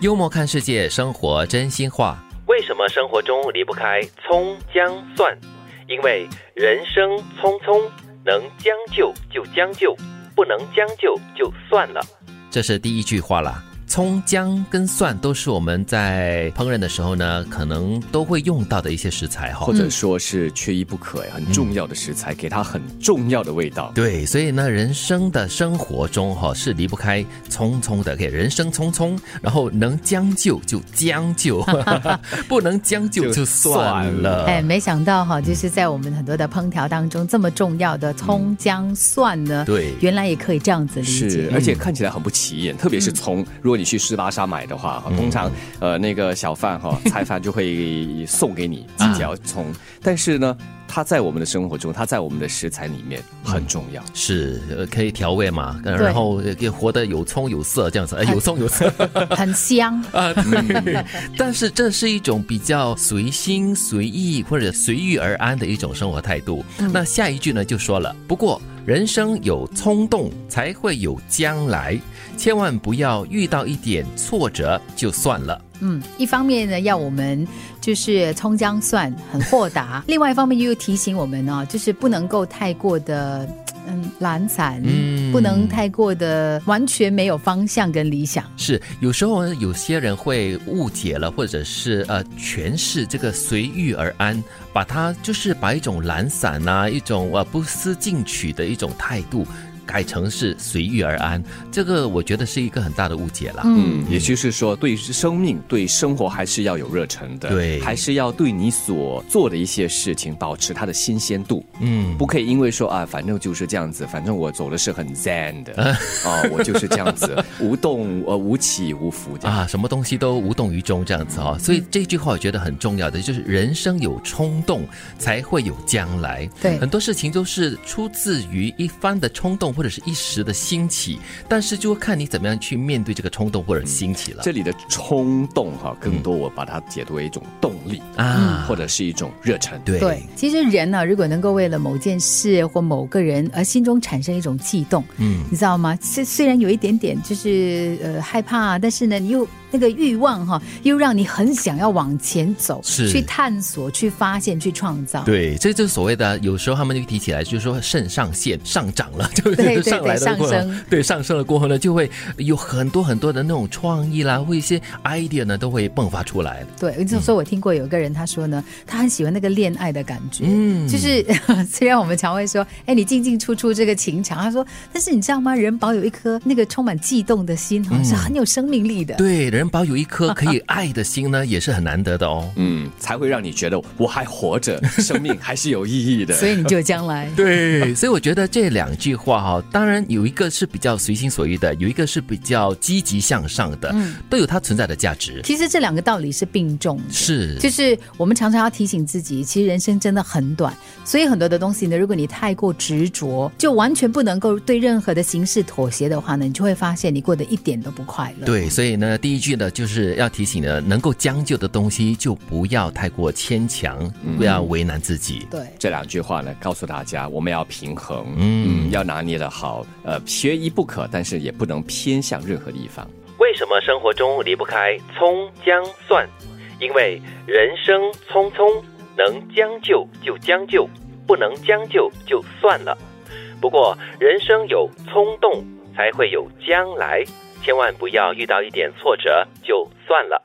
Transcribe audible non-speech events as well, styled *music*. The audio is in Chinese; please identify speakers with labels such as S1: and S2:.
S1: 幽默看世界，生活真心话。为什么生活中离不开葱姜蒜？因为人生匆匆，能将就就将就，不能将就就算了。这是第一句话啦。葱姜跟蒜都是我们在烹饪的时候呢，可能都会用到的一些食
S2: 嗯
S1: 材哈、
S3: 或者说是缺一不可，很重要的食材，给它很重要的味道。
S1: 对，所以呢，人生的生活中哈、是离不开匆匆的，给人生匆匆，然后能将就就将就， *laughs* 不能将就就
S3: 就
S1: 算
S3: 算
S1: 了。
S2: 哎，没想到哈，就是在我们很多的烹调当中，这么重要的葱姜蒜呢，
S1: 对
S2: 原来也可以这样子理
S3: 是，
S2: 解。嗯
S3: 而且看起来很不起眼，特别是葱。如果你去市巴沙买的话，哈通常
S2: 嗯
S3: 呃那个小贩
S2: *laughs*
S3: 哈菜贩就会送给你几条葱，但是呢，它在我们的生活中，它在我们的食材里面很重要。
S1: 是，呃可以调味嘛，呃
S2: 对
S1: 然后呃也活得有葱有色这样子，哎，有葱有色
S2: 很香，
S1: *laughs* 啊，对。但是这是一种比较随心随意或者随遇而安的一种生活态度。那下一句呢就说了，不过人生有冲动才会有将来，千万不要遇到一点挫折就算了。
S2: 嗯，一方面呢，要我们就是葱姜蒜很豁达，另外一方面又提醒我们呢、就是不能够太过的嗯懒散，
S1: 嗯
S2: 不能太过的完全没有方向跟理想。
S1: 是，有时候有些人会误解了，或者是呃诠释这个随遇而安，把它就是把一种懒散啊，一种呃不思进取的一种态度，改成是随遇而安，这个我觉得是一个很大的误解啦。
S3: 嗯，也就是说，对生命、对生活还是要有热忱的，
S1: 对
S3: 还是要对你所做的一些事情保持它的新鲜度，
S1: 嗯，
S3: 不可以因为说啊，反正就是这样子，反正我走的是很 zen 的，
S1: *laughs*
S3: 啊，我就是这样子，无动呃无起无伏这样。
S1: 啊，什么东西都无动于衷这样子
S2: 嗯
S1: 哦，所以这句话我觉得很重要的，就是人生有冲动才会有将来。
S2: 对
S1: 很多事情都是出自于一番的冲动或者是一时的兴起，但是就看你怎么样去面对这个冲动或者兴起了、
S3: 这里的冲动哈、更多我把它解读为一种动力，
S1: 啊。
S3: 或者是一种热忱。
S1: 对
S2: 嗯对，其实人呢、如果能够为了某件事或某个人而心中产生一种悸动，
S1: 嗯，
S2: 你知道吗？虽虽然有一点点就是呃害怕，但是呢，你又那个欲望哈、又让你很想要往前走，
S1: 是
S2: 去探索、去发现、去创造。
S1: 对，这就是所谓的，有时候他们就提起来，就是说肾上腺上涨了， *laughs* 就
S2: 对
S1: 是
S2: 对对
S1: 上来了
S2: 上
S1: 过后
S2: 升
S1: 对上升了过后呢，就会有很多很多的那种创意啦，或一些 idea 呢，都会迸发出来。
S2: 对，就说我听过有个人他说呢，他很喜欢那个恋爱的感觉，
S1: 嗯
S2: 就是 *laughs* 虽然我们常会说，哎，你进进出出这个情场，他说，但是你知道吗？人保有一颗那个充满悸动的心，哈、是很有生命力的。
S1: 嗯对，人保有一颗可以爱的心呢，也是很难得的哦。
S3: 嗯，才会让你觉得我还活着，生命还是有意义的。
S2: 所以你就有将来。
S1: *laughs* 对，所以我觉得这两句话哈、当然有一个是比较随心所欲的，有一个是比较积极向上的，都有它存在嗯的价值。
S2: 其实这两个道理是并重的。
S1: 是，
S2: 就是我们常常要提醒自己，其实人生真的很短，所以很多的东西呢，如果你太过执着，就完全不能够对任何的形式妥协的话呢，你就会发现你过得一点都不快乐。
S1: 对，所以呢，第一句呢，就是要提醒呢，能够将就的东西就不要太过牵强，不要为难自己。
S2: 对
S3: 这两句话呢，告诉大家我们要平衡，
S1: 嗯
S3: 嗯，要拿捏的好，呃，缺一不可，但是也不能偏向任何一方。
S1: 为什么生活中离不开葱姜蒜？因为人生匆匆，能将就就将就，不能将就就算了。不过人生有冲动，才会有将来，千万不要遇到一点挫折就算了。